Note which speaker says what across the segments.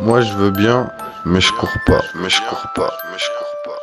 Speaker 1: Moi je veux bien, mais je cours pas, mais je cours pas, mais je cours pas.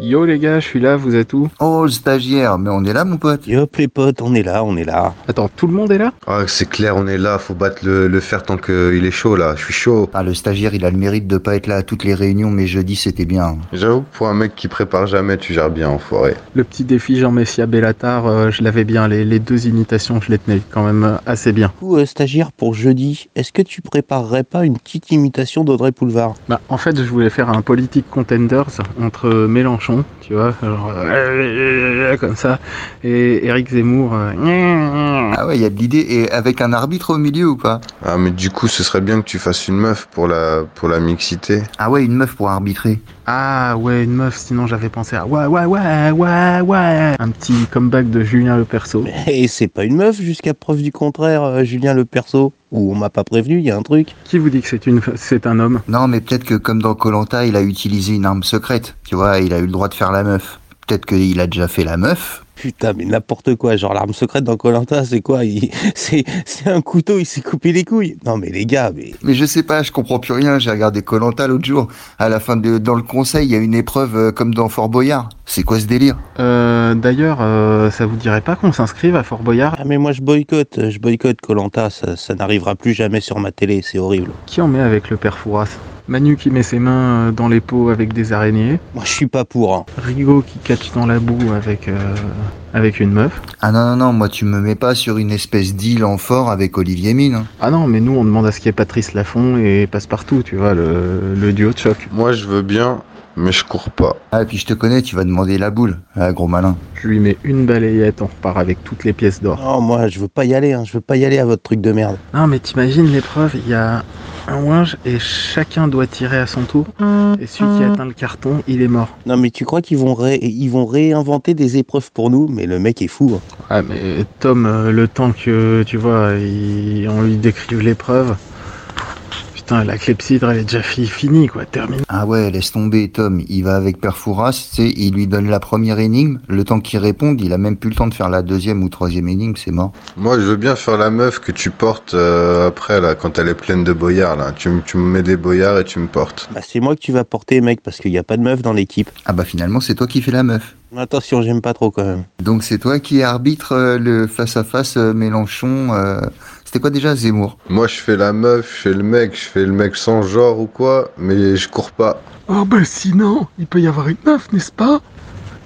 Speaker 1: Yo les gars, je suis là, vous êtes où
Speaker 2: Oh, le stagiaire, mais on est là, mon pote.
Speaker 3: Hop les potes, on est là, on est là.
Speaker 1: Attends, tout le monde est là
Speaker 4: Ah, c'est clair, on est là, faut battre le, le fer tant qu'il est chaud là, je suis chaud.
Speaker 2: Ah, le stagiaire, il a le mérite de pas être là à toutes les réunions, mais jeudi, c'était bien.
Speaker 4: J'avoue que pour un mec qui prépare jamais, tu gères bien, enfoiré.
Speaker 1: Le petit défi Jean Messia Bellatar, euh, je l'avais bien, les, les deux imitations, je les tenais quand même euh, assez bien.
Speaker 3: Du coup, euh, stagiaire pour jeudi, est-ce que tu préparerais pas une petite imitation d'Audrey Poulevard
Speaker 1: Bah, en fait, je voulais faire un politique contenders entre Mélenchon, tu vois, genre, euh, comme ça, et Eric Zemmour. euh,
Speaker 2: Ah ouais, il y a de l'idée, et avec un arbitre au milieu ou pas
Speaker 4: Ah, mais du coup, ce serait bien que tu fasses une meuf pour la, pour la mixité.
Speaker 2: Ah ouais, une meuf pour arbitrer.
Speaker 1: Ah ouais, une meuf, sinon j'avais pensé à ouais, ouais, ouais, ouais, ouais. Un petit comeback de Julien Le Perso.
Speaker 3: Et c'est pas une meuf jusqu'à preuve du contraire, euh, Julien le perso. Ou on m'a pas prévenu, il y a un truc.
Speaker 1: Qui vous dit que c'est une, c'est un homme
Speaker 2: Non, mais peut-être que comme dans Colanta, il a utilisé une arme secrète. Tu vois, il a eu le droit de faire la meuf. Peut-être qu'il a déjà fait la meuf.
Speaker 3: Putain, mais n'importe quoi. Genre l'arme secrète dans Colanta, c'est quoi Il- C'est c'est un couteau, il s'est coupé les couilles. Non mais les gars, mais
Speaker 2: Mais je sais pas, je comprends plus rien. J'ai regardé Colanta l'autre jour. À la fin de, dans le conseil, il y a une épreuve euh, comme dans Fort Boyard. C'est quoi ce délire
Speaker 1: Euh, D'ailleurs, euh, ça vous dirait pas qu'on s'inscrive à Fort Boyard
Speaker 3: ah, mais moi je boycotte, je boycotte Colanta. Ça, ça n'arrivera plus jamais sur ma télé, c'est horrible.
Speaker 1: Qui en met avec le père Fouras Manu qui met ses mains euh, dans les pots avec des araignées.
Speaker 3: Moi je suis pas pour. hein.
Speaker 1: Rigo qui catch dans la boue avec, euh, avec une meuf.
Speaker 2: Ah non, non, non, moi tu me mets pas sur une espèce d'île en fort avec Olivier Mine. hein.
Speaker 1: Ah non, mais nous on demande à ce qu'il y ait Patrice Laffont et Passepartout, tu vois, le, le duo de choc.
Speaker 4: Moi je veux bien, mais je cours pas.
Speaker 2: Ah, et puis je te connais, tu vas demander la boule. Ah, gros malin.
Speaker 1: Je lui mets une balayette, on repart avec toutes les pièces d'or.
Speaker 3: Non, moi je veux pas y aller. hein, Je veux pas y aller à votre truc de merde.
Speaker 1: Non, mais t'imagines l'épreuve, il y a un ouinge et chacun doit tirer à son tour. Et celui qui atteint le carton, il est mort.
Speaker 3: Non mais tu crois qu'ils vont ré- ils vont réinventer des épreuves pour nous Mais le mec est fou. hein.
Speaker 1: Ah, mais Tom, euh, le temps que, tu vois, il- on lui décrive l'épreuve. Putain, la clepsydre, elle est déjà fi- finie, quoi, terminée.
Speaker 2: Ah ouais, laisse tomber Tom, il va avec Perfouras, tu sais, il lui donne la première énigme, le temps qu'il réponde, il a même plus le temps de faire la deuxième ou troisième énigme, c'est mort.
Speaker 4: Moi je veux bien faire la meuf que tu portes euh, après là, quand elle est pleine de boyards là. Tu, me- tu me mets des boyards et tu me portes.
Speaker 3: Bah, c'est moi que tu vas porter, mec, parce qu'il n'y a pas de meuf dans l'équipe.
Speaker 2: Ah bah finalement, c'est toi qui fais la meuf.
Speaker 3: Mais Attention, j'aime pas trop quand même.
Speaker 2: Donc c'est toi qui arbitre euh, le face-à-face euh, Mélenchon, euh, c'était quoi déjà Zemmour
Speaker 4: Moi je fais la meuf, je fais le mec, je fais le mec sans genre ou quoi, mais je cours pas.
Speaker 1: Oh, bah sinon, il peut y avoir une meuf, n'est-ce pas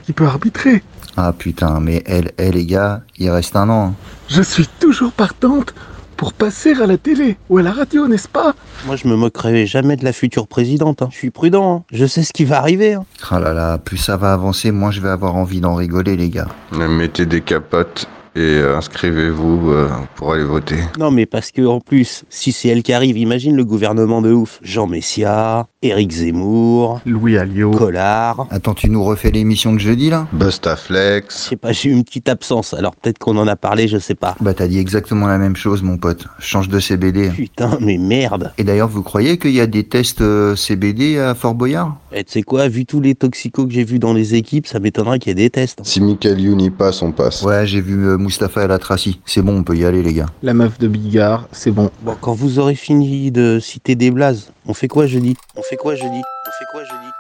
Speaker 1: Qui peut arbitrer.
Speaker 2: Ah putain, mais elle, elle les gars, il reste un an. hein.
Speaker 1: Je suis toujours partante pour passer à la télé ou à la radio, n'est-ce pas
Speaker 3: Moi, je me moquerai jamais de la future présidente. hein. Je suis prudent. hein. Je sais ce qui va arriver. hein.
Speaker 2: Ah là là, plus ça va avancer, moins je vais avoir envie d'en rigoler les gars.
Speaker 4: Mettez des capotes et euh, inscrivez-vous euh, pour aller voter.
Speaker 3: Non, mais parce que en plus, si c'est elle qui arrive, imagine le gouvernement de ouf. Jean Messia, Éric Zemmour,
Speaker 1: Louis Alliot.
Speaker 3: Collard.
Speaker 2: Attends, tu nous refais l'émission de jeudi là
Speaker 3: Je
Speaker 4: Bustaflex.
Speaker 3: sais pas, j'ai eu une petite absence. Alors peut-être qu'on en a parlé, je sais pas.
Speaker 2: Bah t'as dit exactement la même chose mon pote, change de CBD.
Speaker 3: Putain, mais merde.
Speaker 2: Et d'ailleurs, vous croyez qu'il y a des tests euh, CBD à Fort Boyard
Speaker 3: Eh, tu sais quoi, vu tous les toxicos que j'ai vus dans les équipes, ça m'étonnerait qu'il y ait des tests. hein.
Speaker 4: Si Michael Youn y passe, on passe.
Speaker 2: Ouais, j'ai vu euh, Mustapha El Atraci. C'est bon, on peut y aller, les gars.
Speaker 1: La meuf de Bigard, c'est bon.
Speaker 3: Bon, quand vous aurez fini de citer des blazes, on fait quoi jeudi On fait quoi jeudi On fait quoi jeudi